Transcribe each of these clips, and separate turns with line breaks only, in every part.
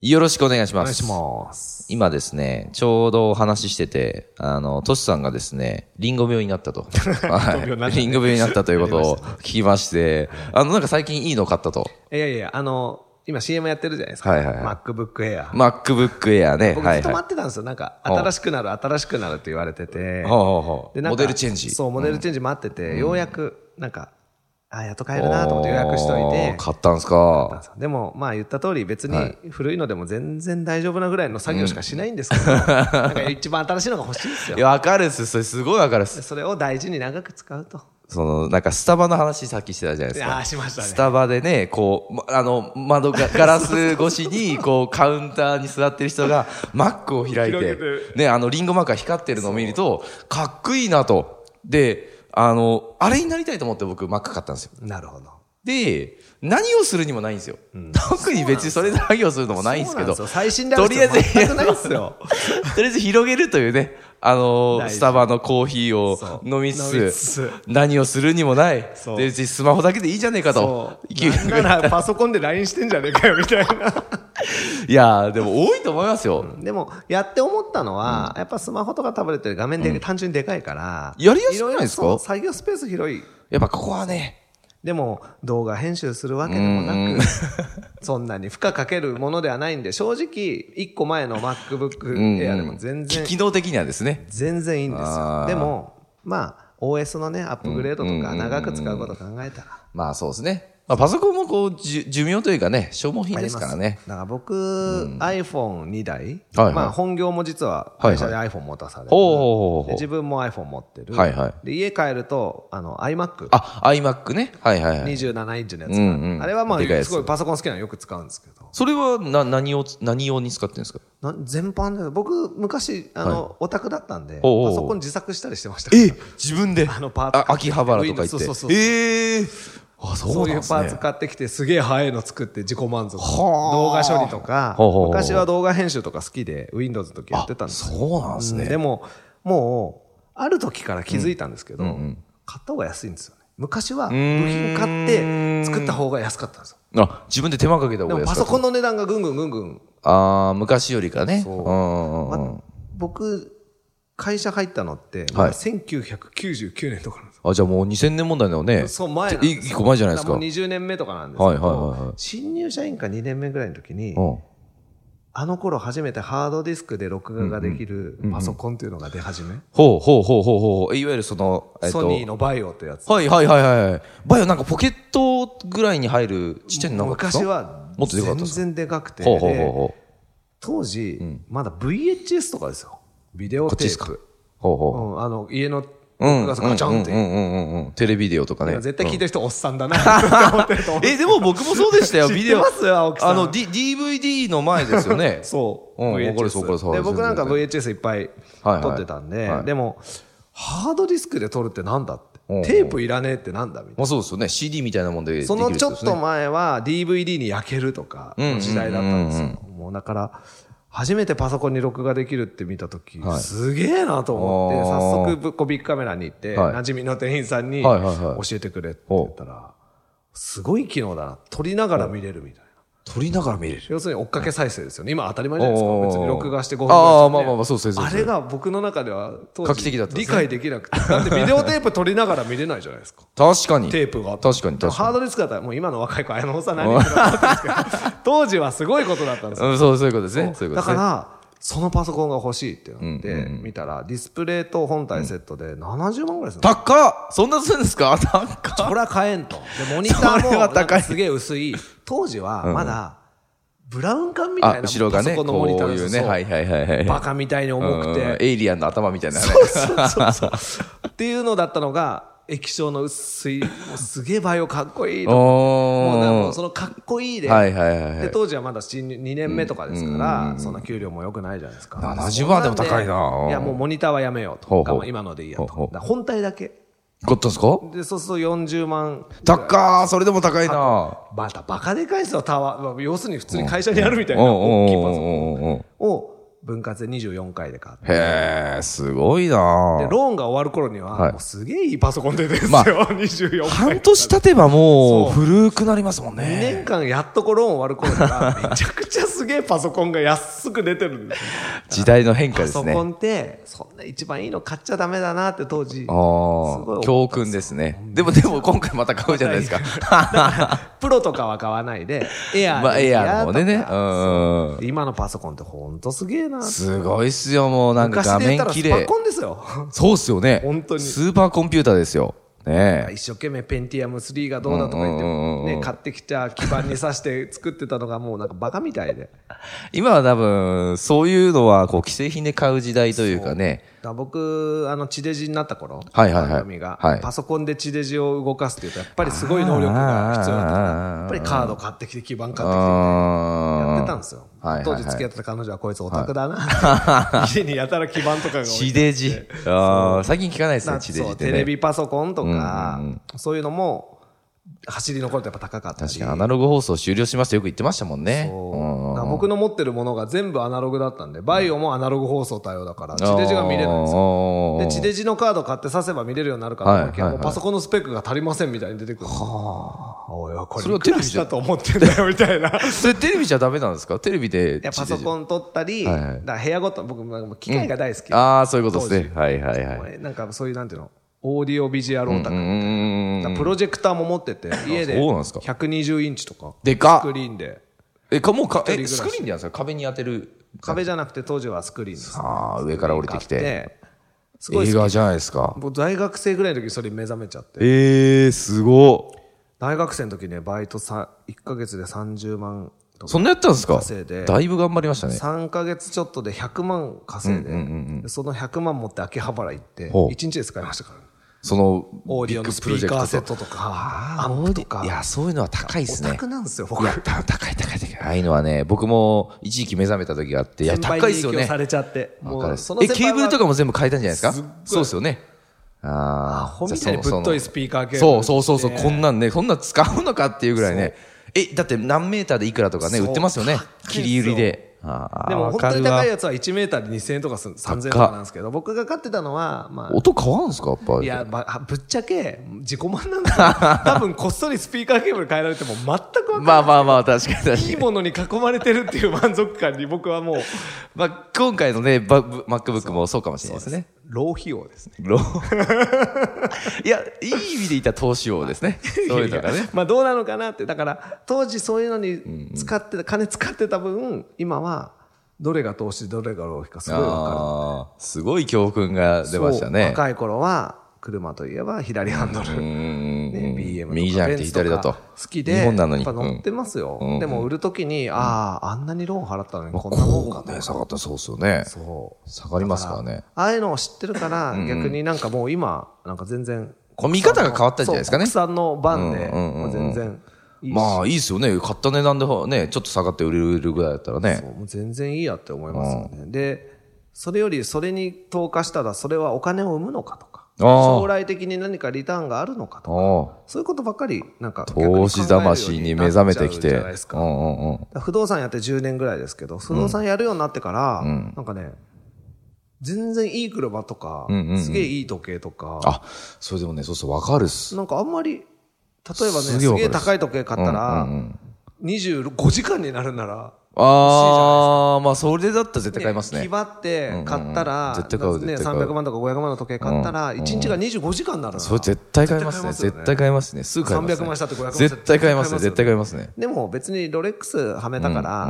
よろしくお願いし
お
ま
願い
す。
します。
今ですね、ちょうどお話ししてて、あの、トシさんがですね、リンゴ病になった と。
になった
はい。
ね
リンゴ病になったということを
あ
聞
り
きまして、あの、なんか最近いいの買ったと。
いやいや、あの、今 CM やってるじゃないですか。
はいはいはい
MacBook Air。
MacBook Air ね。
僕ずっと
は
待ってたんですよ。なんか、新しくなる、新しくなるって言われてて。
い。ほうほうほう
でなん
モ
か
デルチェンジ。
そう、モデルチェンジ待ってて、ようやく、なんか、あ、やっと買えるなと思って予約しとい
おー
て。
買ったんすか。
でも、まあ言った通り別
は
に
い
古いのでも全然大丈夫なぐらいの作業しかしないんですけど、なんか一番新しいのが欲しいんです
い
よ。
や、わかるっす。それすごいわかるっす。
それを大事に長く使うと。
その、なんかスタバの話さっきしてたじゃないです
いや
か。
ーしましたね
スタバでね、こう、まあの、窓が、ガラス越しに、こう、カウンターに座ってる人が、マックを開い
広
て
げて、
ね、あの、リンゴマークが光ってるのを見ると、かっこいいなと。で、あの、あれになりたいと思って僕、マック買ったんですよ。
なるほど。
で、何をするにもないんですよ。特に別にそれで作業するのもないんですけど、
そうなんですよ最新であ
と
る
りあえず
必要全くないですよ。
とりあえず広げるというね、あのー
大事
スタバのコーヒーを
そう
飲みつつ、
飲みつつ
何をするにもない。
そう
で、うちスマホだけでいいじゃねえかと
そ。
いう
う。なんならパソコンで LINE してんじゃねえかよみたいな。
いやー、でも多いと思いますよ。
でも、やって思ったのは、やっぱスマホとかタブレットで画面で、単純にでかいから。
やりやすくないですか
ろろそう作業スペース広い。
やっぱここはね、
でも、動画編集するわけでもなく、
うん
そんなに負荷かけるものではないんで、正直、一個前の MacBook Air でも全然、
機能的にはですね。
全然いいんです
あー
よ。でも、まあ、OS のね、アップグレードと
う
か、
ん
長く使うことを考えたら、
まあそうですね。まあ、パソコンもこう、じゅ寿命というかね、消耗品
あり
で
ますす
からね。
だから僕、iPhone2 台、
はいはい
まあ本業も実は会社で
は
iPhone 持たされて、
ほうほうほうほう
で自分も iPhone 持ってる。
はいはい
で家帰ると、あの iMac。
あ、iMac ね。はいはいはい。
27インチのやつ、
うんうん
あれはまあ
でかいやつ
すごいパソコン好きなのよく使うんですけど
それはな、何を、何用に使ってるんですか
な全般で僕昔あの、オタクだったんで
おうおうおう
パソコン自作したりしてました
え自分で
あのパーツ買って
あ秋葉原とか行って。
そうそうそうそう
ええあ、そ
そううい
なん
う
です
パ
ね。
ーツ買ってきてすげえ早いの作って自己満足
はあ
動画処理とか
ほうほうほう
昔は動画編集とか好きで Windows の時やってたんですよ
そうなんですね。
うんでももうある時から気づいたんですけど、買った方が安いんですよね昔は部品買って作った方が安かったんですよ
あ、自分で手間かけた方
で
が
も
安か
パ
った
ソコンの値段がぐんぐんぐんぐん、
ああ、昔よりかね。
う
うんうんうん
ま僕会社入ったのって、
はい
1999年とかなんですよ
あ、じゃあもう2000年問題だよね。
そう前なん
て
で
い
すよ
一個前じゃないですか。う。
もうん20年目とかなんですけど、
はいはいはいはい
新入社員か2年目ぐらいの時に、
は
あの頃初めてハードディスクで録画ができるパソコンっていうのが出始め、
うほうほうほうほうほう。いわゆるその、えっと。
ソニーのバイオってやつ。
はいはいはいはい。バイオなんかポケットぐらいに入るちっちゃいのなんかったっす
昔
か
は
もっとでかかった
全
っすか
然でかくて、
ほうほうほうほう。
当時、まだ VHS とかですよ。ビデ
こ
オ
っち
テ
です
ー
か
プ。
ほう
う
ほ
ん、あの、家の、
う。うん。
ガチャンって。
うんうんうんうんうん。テレビデオとかね。
絶対聞いてる人おっさ んだなって思ってると思う。
え、でも僕もそうでしたよ、
知って
ビデオ。
ます青木さん。
あの、D、DVD の前ですよね
そう。
うん
VHS
わかるそうわかるそう
で、僕なんか
全
VHS いっぱい
はいはい
撮ってたんで、
はい
でも、ハードディスクで撮るってなんだって。
うんうん
テープいらねえってなんだみたい
まあそうですよね。CD みたいなもんでで
な。
きる
そのちょ
やつで
っ
すね
と前は DVD に焼けるとかの時代だったんですよ。もうだから、初めてパソコンに録画できるって見たとき、
はい
すげえなと
あ
思って、
ー
早速、こうビッグカメラに行って、
はい
馴染みの店員さんに
はいはいはい
教えてくれって言ったら、すごい機能だな。撮りながら見れるみたいな。
撮りながら見れる。
要するに追っかけ再生ですよね。今当たり前じゃないです
おうおうお
か。
う
別に録画して5分
ああ
ぐらいですよね
まあまあまあそうそうそうそう
あれが僕の中では当
画期的だったんで
理
すね
解できなくて。だってビデオテープ撮りながら見れないじゃないですか。
確かに。
テープが。
確かに確
ハ
か
ードディスクだったら、もう今の若い子、あのおっさん何言ってるか分かん ないですけど、当時はすごいことだったんです
に。
よ。
うん、そう、そういうことですね。そういうこ
だ
とです
か
ね。
ら、そのパソコンが欲しいってなっ
うん
て、見たら、ディスプレイと本体セットで70万ぐらいですね。
高っそんなするんですか 高っ
これは買えんと。で、モニター
それ
も
は
なん
高い
かすげえ薄い。当時はまだ、ブラウン管みたい
あ、
な
後ろがね、
パソコンの
こ
モニター
う
で
い
す
うね、
そう
はいはいはいはい。
バカみたいに重く
うん
て。
エイリアンの頭みたいなね。
そうそうそうそう。っていうのだったのが、液晶の薄い、もうすげえバイオかっこいい
お
と。
ー
もうなんかもうそのかっこいいで、
はいはいはいは
で
い。
当時はまだ新入2年目とかですから、
うんうん
そんな給料も良くないじゃないですか。
70万でも高いな
そんんでいや、もうモニターはやめようと。
ほうほう
我慢今のでいいやと。
ほうほう
だから本体だけ。
買ったんですか
で、そうすると40万。
高ーそれでも高いな
またバカでかいですよ、タワーまあ。要するに普通に会社にあるみたいな
うん
大きいパソコン
うんうんうんうん
を分割で24回で買って。
へえ、すごい
で、
な
ローンが終わる頃には、
はい
もうすげえいいパソコンでですよ、
まあ
24回。
半年経てばもう
そ
古くなりますもん
2
ね
年。間やっとこうローン終わる頃には、めちゃくちゃすげえパソコンが安く出てるんですよ。
時代の変化
パ
です
ソ
ね。
コンって、そんな一番いいの買っちゃダメだなって当時、すごい
ああ、
思
教
ったん
訓
すよ
ですね。でも、でも今回また買うじゃないで すか。
プロとかは買わないで、エア ー
まあ、エアーの方でね。
と
う
か
んうん。
今のパソコンってほんとすげえなって
すごいっすよ、もうなんか画
昔で言
面
ったら
綺
スパ
麗。
コンですよ。
そうっすよね。
本当に
スーパーコンピューターですよ。ねえ。
一生懸命ペンティアム3がどうだとか言って、
うんうんうんうん
ね、買ってきた基板に挿して作ってたのがもうなんかバカみたいで。
今は多分、そういうのは、こう、既製品で買う時代というかね。
だから僕、あの、地デジになった頃、
はいはいはい
番組が、
はい
パソコンで地デジを動かすっていうと、やっぱりすごい能力が必要だったから、やっぱりカード買ってきて、基板買ってきて、やってたんです
はいはい
よ。
はい
当時付き合ってた彼女はこいつオタクだな、って 家にやたら基板とかが置いてあって
地デジ。ああ、最近聞かないです
な
ね、地デジ
そ
っ
う
て
テ
ね。
レビパソコンとか、
うんうん
そういうのも、走りの頃ってやっぱ高かった
確
し。
かにアナログ放送終了しましたよく言ってましたもんね。
そうだから
ん
僕の持ってるものが全部アナログだったんで、バイオもアナログ放送対応だから、地デジが見れないんですよ。
よ
で、地デジのカード買って刺せば見れるようになるかと思いきや
はいはいはい
もうパソコンのスペックが足りませんみたいに出てくる。はあ。おいおい、こ
そ
れ
れは
い
テレ
くら
ビ
し
じゃ
たと思ってんだよみたい な。い
それテレビじゃダメなんですかテレビで地デジ。
や、パソコン取ったり、
はい
だ
はい
から部屋ごと、僕、もう機械が大好き。
ああ、そういうことですね。
当時
はいはいはい。
なんかそういう、なんていうの、オーディオビジュアルオタ
う
ク。
ーん。
プロジェクターも持ってて、家で
そうなんですか
120インチとか、
でかっ
スクリーンで、
え、かもうか、
一人暮
え、
らし
スクリーンでやるんですか壁に当てる。
壁じゃなくて当時はスクリーンです。
ああ、上から降りてき。
買ってて、すごい
映
好
画じゃないですか
き。。僕大学生ぐらいの時にそれ目覚めちゃって、
ええ、すごっ。
大学生の時ね、バイトさ1ヶ月で30万とか、
そんなやったんですか
稼いで
だいぶ頑張りましたね。
3ヶ月ちょっとで100万稼いで、でその100万持って秋葉原行って、
ほう
1日で使いましたから。
その、
オーディ
ビ
オの
ッグ
ス
プ
ピ
ロジ
ー
ェク
カ
ト
ー
と
セットとか、アンプとか、
いや、そういうのは高いですね。
オタクなんですよ、
い
僕。
や、た高い高い高い。ああいうのはね、僕も一時期目覚めた時があって、いや、
先輩
高い
に
ですよ
影響
ね。
されちゃって、も
わかる
う
っす
その
え、
先輩
ケー
は
ブルとかも全部変えたんじゃないですか
すっごい
そうですよね。ああ。
アホみたいにぶっといスピーカーケーブル
そうそうそうそう、こんなんね、こんなん使うのかっていうぐらいね。え、だって何メーターでいくらとかね、
そう
売ってますよね
高いんで。す
切
よ
り売りで。ああ、
でも
わ
本
か
当
る
に
わ
高いやつは1メーターで2000円とかする3000円とかなんですけど、僕が買ってたのは、まあ、
音変わるんですかやっぱり。
いや、まあ、ぶっちゃけ自己満なんですよ。 多分こっそりスピーカーケーブル変えられても全くわかんない。
まあまあまあ、確かに確か
いい
に。
ものに囲まれてるっていう満足感に僕はもう、
まあ、今回のね、バ MacBook もそうかもしれないですね。
浪費用ですね。
ロ いや、いい意味で言ったら投資王ですね。そう いうのがね。
まあどうなのかなって。だから当時そういうのに使ってた、金使ってた分、今はどれが投資、どれが浪費かすごいわかる。
あーすごい教訓が出ました
そう
ね。
若い頃は、車といえば左ハンドル。ね、BM とか
右じゃなくて左だと
ベンツか好きで、
日本なのに
やっぱ乗ってますよ。
うん
でも売るときに、ああ、あんなにローン払ったのにこんなもんかと。
ね、下がったらそうですよね。
そう。
下がりますからね。
ああいうのを知ってるから、逆になんかもう今、なんか全然。
こう見方が変わったんじゃないですかね
そう国産のバンで、
うんうんうんうん
もう全然いいし。
まあいいですよね。買った値段でね、ちょっと下がって売れるぐらいだったらね。
もう全然いいやって思いますよね。で、それよりそれに投下したら、それはお金を生むのかとか、
あー
将来的に何かリターンがあるのかとか、
おう
そういうことばっかり、なんか逆に考えるよう
投資魂に目覚めてきて。
に
う
なっちゃうんじゃないですか
う。んうん。
だから不動産やって10年ぐらいですけど、不動産やるようになってから、なんかね、全然いい車とか、
んうんうん
すげえいい時計とか、
あ、それでもね、そうそう、わかるっす。
なんかあんまり、例えばね、
す
す
げえわかる
げえ高い時計買ったら、25時間になるなら、
ああ、まあそれだったら絶対買いますね
気。張って買ったら、
うんうんうん絶対買う
ね、
絶対買う
300万とか500万の時計買ったら、1日が25時間になるなら
それ絶対買いますね。
絶
絶
対
対
買
買いますね。すぐ買いますね。
300万したって500万したって
絶対買いますね。
絶
絶対
対買
買いますね。
でも別にロレックスはめたから、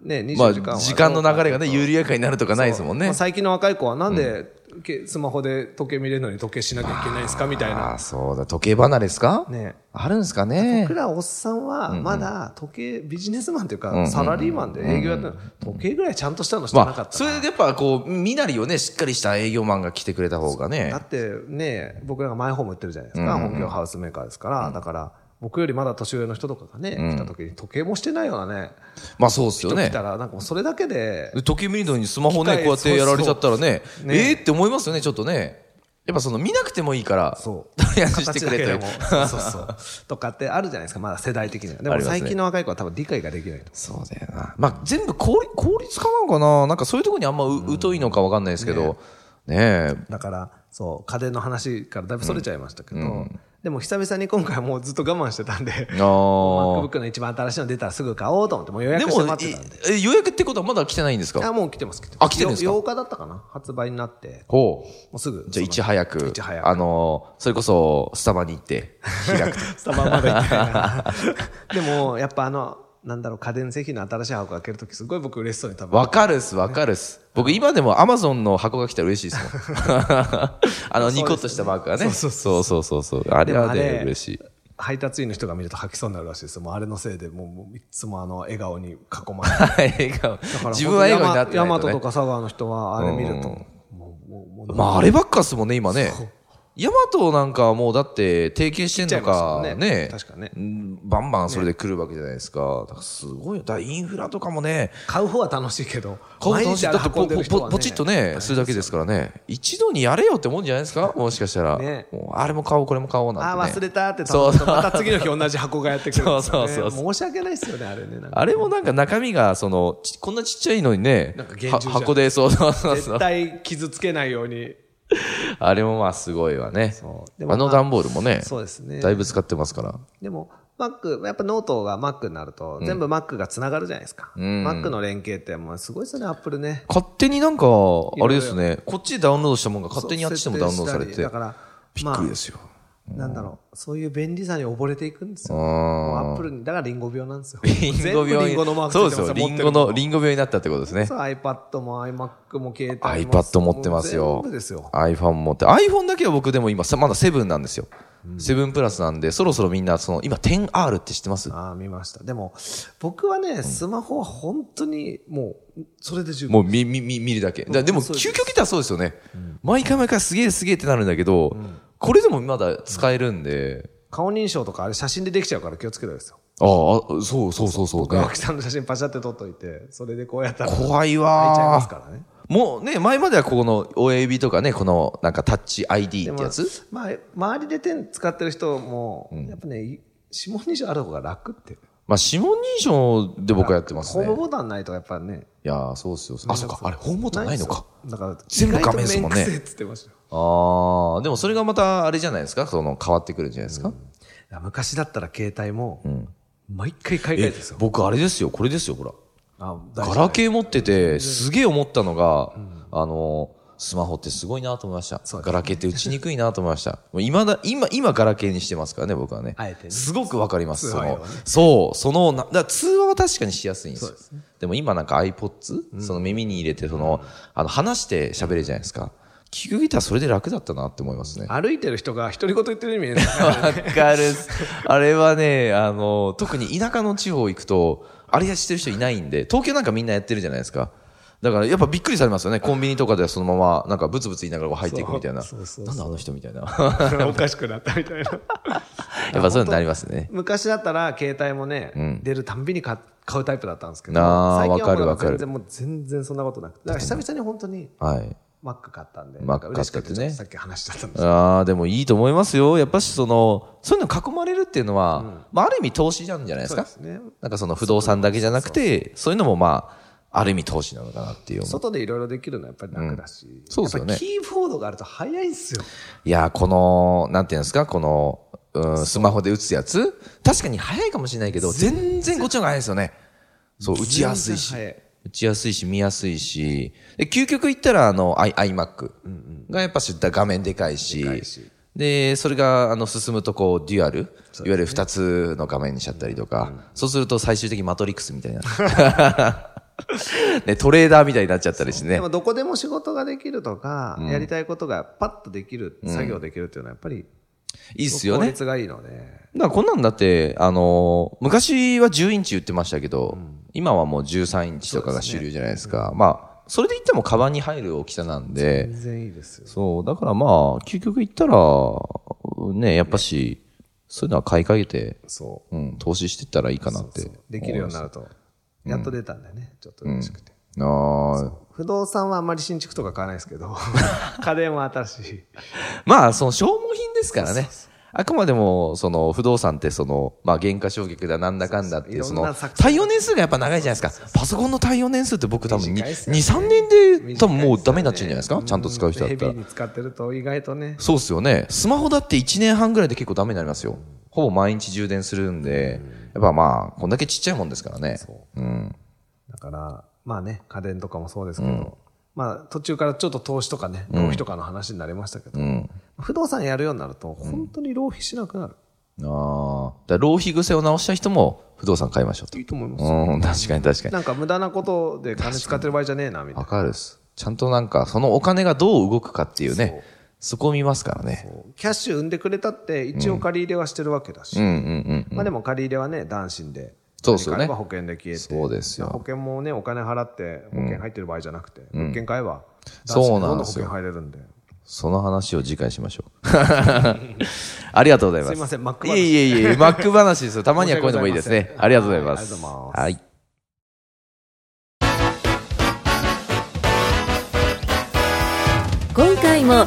ね、
ま
20
あ
時間は、
時間の流れがね、緩やかになるとかないですもん
ま
ね
あ。最近の若い子はなんで、けスマホで時計見れるのに時計しなきゃいけないんですかみたい
あ
な。
あ、そうだ。時計離れですか
ね
あるんですかね
僕らおっさんはまだ時計、ビジネスマンというか、サラリーマンで営業やってる時計ぐらいちゃんとしたのしてなかった
まあ
な、
それでやっぱこう、身なりをね、しっかりした営業マンが来てくれた方がね
だ。ってね、僕らがマイホーム売ってるじゃないですか、本業ハウスメーカーですから、だから、僕よりまだ年上の人とかがね、来た時に時計もしてないようなね、
まあそうですよ
人来
ね。
たら、なんかもうそれだけで、
時計見るのにスマホね、
機
こう
械
やってやられちゃったらね、
そうね
えーって思いますよね、ちょっとね。やっぱその見なくてもいいから、
そう。
とりあえずしてくれという
形だけでもそうそう そう。とかってあるじゃないですか、まだ世代的には。で
あ
も
りますね
最近の若い子は多分理解ができないと。
そうだよな。まあ、全部効率効率化なのかななんかそういうところにあんまう、疎いのかわかんないですけど。ねえ。
だから、そう、家電の話からだいぶそれちゃいましたけど、でも久々に今回もうずっと我慢してたんで、
あー
MacBook の一番新しいの出たらすぐ買おうと思って、もう予
で
約して
も
待ってたんで。
いえ予約ってことはまだ来てないんです
あ、
か
もう来てます、来てます。
あ来てるんですか
よ ?8 日だったかな発売になって、
ほう。
もうすぐ。
じゃあいち
その
早く、
いち早く。
あのー、それこそスタバに行って、開くと。
スタバまで行ってないなでも、やっぱあの、なんだろう、家電製品の新しい箱開けるとき、すごい僕嬉しそうに多分。
わかるっす、わかるっす。僕今でもアマゾンの箱が来たら嬉しいですもん。 あの、ニコッとしたマークがね。そうそうそうそうそう。あれは
でもあ
ね
れ、
嬉しい。
配達員の人が見ると吐きそうになるらしいです。もうあれのせいで、もうもういつもあの笑顔に囲ま れて。
笑顔。自分は笑顔になって
ヤ
ない
マ
と
トと
ね。
か佐川の人はあれ見ると、
うん
もう、もう、もう、
まあ、あればっかっすもんね、今ね。ヤマトなんかはもうだって提携してんのか
ちっちゃい、ですもんね
ね。
確かね
うんバンバンそれで来るわけじゃないですか。だからすごいよ。だからインフラとかもね、
買う方は楽しいけど、
買うの楽しい
毎日あ
だ
れ
ってポ
運んでる人は
ポポチッとね、するだけですからね。一度にやれよってもんじゃないですかもしかしたら。
ね
もうあれも買おう、これも買おうなん
あ
て、ね。
ー忘れたって
そ
頼
う
む
そう
とまた次の日同じ箱がやってくるんですよね、
そうそうそう
申し訳ないですよねあれねなんか
あれもなんか中身が、その、ちこんなちっちゃいのにね
なんか厳、重
は
じゃん
箱で、そうそうそうそ
絶
う。
対傷つけないように
あれもまあすごいわね
そうで。も
あの段ボールもね、
そうですね
だいぶ使ってますから。
でも Mac やっぱノートが Mac になると全部 Mac がつながるじゃないですか、Mac の連携ってもうすごいですよね Apple ね
勝手になんか、あれですね、こっちでダウンロードしたもんが勝手にあっちでもダウンロードされて、
そう設定したり
びっ
だから
くりですよ。
まあ、なんだろうそういう便利さに溺れていくんですよ
う
もうんアップルにだからリンゴ病なんですよ
リンゴ
全部
病
リンゴのマー
に、
ク
そう
つい
です
てます
よ、リ
よ持っ
ン
て
ゴ
るも
の、リンゴ病になったってことですね
そ。う iPad も iMac も携帯も
iPad 持ってますよ。
全部ですよ
iPhone 持って。iPhone だけは僕でも今、さまだ7なんですよ。7プラスなんで、そろそろみんな、その、今 10R って知ってます
ああ見ましたでも僕はねスマホは本当にもうそれで 十分
もう見見見見るだけ。だでも、
そうです
究極来たらそうですよね。毎回毎回すげえすげえってなるんだけど、これでもまだ使えるんで、
顔認証とかあれ写真でできちゃうから気をつけろですよ
あああ、そうそうそうそう、ね
青。木さんの写真パシャって撮っといてそれでこうやったら
怖い
開いちゃいま
わ
す
ー
からね
もうね、前まではここの親指とかね、このなんかタッチ ID
で
っ
も
てやつ
まあ、周りで手使ってる人も、やっぱねい指紋認証ある方が楽って
まあ、指紋認証で僕はやってます
ホー
ね
ム。ボタンないとやっぱね
いやー、そうっすよ。あ、そっか、あれ、本ボタンないのか。
だから
全部画面ですもんね
意外と面くせえっつってましたよ
ああ、でもそれがまたあれじゃないですか、その変わってくるんじゃないですか。
いや昔だったら携帯も、毎回買い替え
え
てですよ。
僕あれですよ、これですよ、ほら。
あ
ガラケー持ってて、すげえ思ったのが、あの、スマホってすごいなと思いました。ガラケーって打ちにくいなと思いました。もう今だ、今、今ガラケーにしてますからね、僕はね。
あえてね
すごくわかります。
通
そ
話用
の
ね、
そう、その、なだから通話は確かにしやすいんですよ。
そうです
でも今なんか iPods、その耳に入れて、その、あの、話して喋るじゃないですか。聞くギターそれで楽だったなって思いますね。
歩いてる人が独り言言ってる 意味 ね
わかるっす。あれはね、あの、特に田舎の地方行くと、あれやしてる人いないんで、東京なんかみんなやってるじゃないですか。だからやっぱびっくりされますよね。コンビニとかではそのまま、なんかブツブツ言いながらこう入っていくみたいな。
そうそうそ
な
うそう
んだあの人み たいな。や
おかしくなったみたいな。
っぱそういうのなりますね。
昔だったら携帯もね、出るたんびに買買うタイプだったんですけど、
あー
最近はもう
わかるわかる
全然もう全然そんなことなくて、だから久々に本当に
はい。
Mac 買ったんで、
Mac
なんか嬉し
買
く
ってね
ちょとさっき話しちゃったんですけど
ああ、でもいいと思いますよ。やっぱしその、そういうの囲まれるっていうのは、まあある意味投資なんじゃないです
そうで
か。
すね。
なんかその不動産だけじゃなくて、そういうのもまあ、ある意味投資なのかなっていう思う
外でいろいろできるのはやっぱり楽だし、
そうですよね
やっぱキーボードがあると早いんですよ。
いやー、この、なんていうんですか、この、うん、スマホで打つやつ、確かに早いかもしれないけど、全然こっちの方が早いですよね。そう、打ちやすいし
全。然
打ちやすいし、見やすいし。で、究極言ったら、あの、i- iMac がやっぱし画面でかいし、
でかいし
で、それが、あの、進むとこう、デュアル、いわゆる二つの画面にしちゃったりとか、そうすると最終的にマトリックスみたいになる。 ね、トレーダーみたいになっちゃったりしてね
でも。どこでも仕事ができるとか、やりたいことがパッとできる、作業できるっていうのはやっぱり、
いいっすよね
効。率がいいので。
なんかこんなんだって、あのー昔は10インチ売ってましたけど、今はもう13インチとかが主流じゃないですか。まあ、それで言ってもカバンに入る大きさなんで
全、然いいですよ。
そう、だからまあ、究極言ったら、ね、やっぱし、そういうのは買い替えて、
そ
うん、投資してったらいいか
う。
な
そ
っ
う
て
そうできるようになると。やっと出たんだよね。ちょっと嬉しくて。
あー
不動産はあんまり新築とか買わないですけ ど、家電も新しい。
まあ、その消耗品ですからね。あくまでも、その、不動産って、その、まあ、減価償却だ、なんだかんだっていう、そ
そ
う
そういろん
の、
な作戦
対応年数がやっぱ長いじゃないですか。パソコンの対応年数って僕多分2、
短いっすよ
2、
ね
3年で、多分もうダメになっちゃうんじゃないですか。ちゃんと使う人だっ
ヘビ
たら
ー。に使ってると意外とね、
そうっすよね。スマホだって1年半ぐらいで結構ダメになりますよ。ほぼ毎日充電するんで、やっぱまあ、こんだけちっちゃいもんですからね。うん。
だから、まあね、家電とかもそうですけど、まあ途中からちょっと投資とかね、浪費とかの話になりましたけど、
うん。
不動産やるようになると、本当に浪費しなくなる。
ああ。だから浪費癖を直した人も、不動産買いましょうと
い。いと思いますよ。
うん、確かに確かに。
なんか無駄なことで金使ってる場合じゃねえな、みたい
わ
な。
かるっす。ちゃんとなんか、そのお金がどう動くかっていうね、そこを見ますからね。
キャッシュ生んでくれたって、一応借り入れはしてるわけだし、
うんうんうん。
まあでも借り入れはね、男子で。
そうっすよね
何かあれば保険で消えて。
そうですよ
保険もね、お金払って、保険入ってる場合じゃなくて、物件買えば、
そうな
ど
ん
ん
で
どん保
すよ
険入れるんで。
その話を次回しましょう。 ありがとうございます。
すいませんマック
い
話
えいえい え、マック話ですよ。たまにはこういうのもいいですね
申し訳ござい
ありが
ませ。ん
とうございま
はいありが
す。
とうございます
はい。
今回も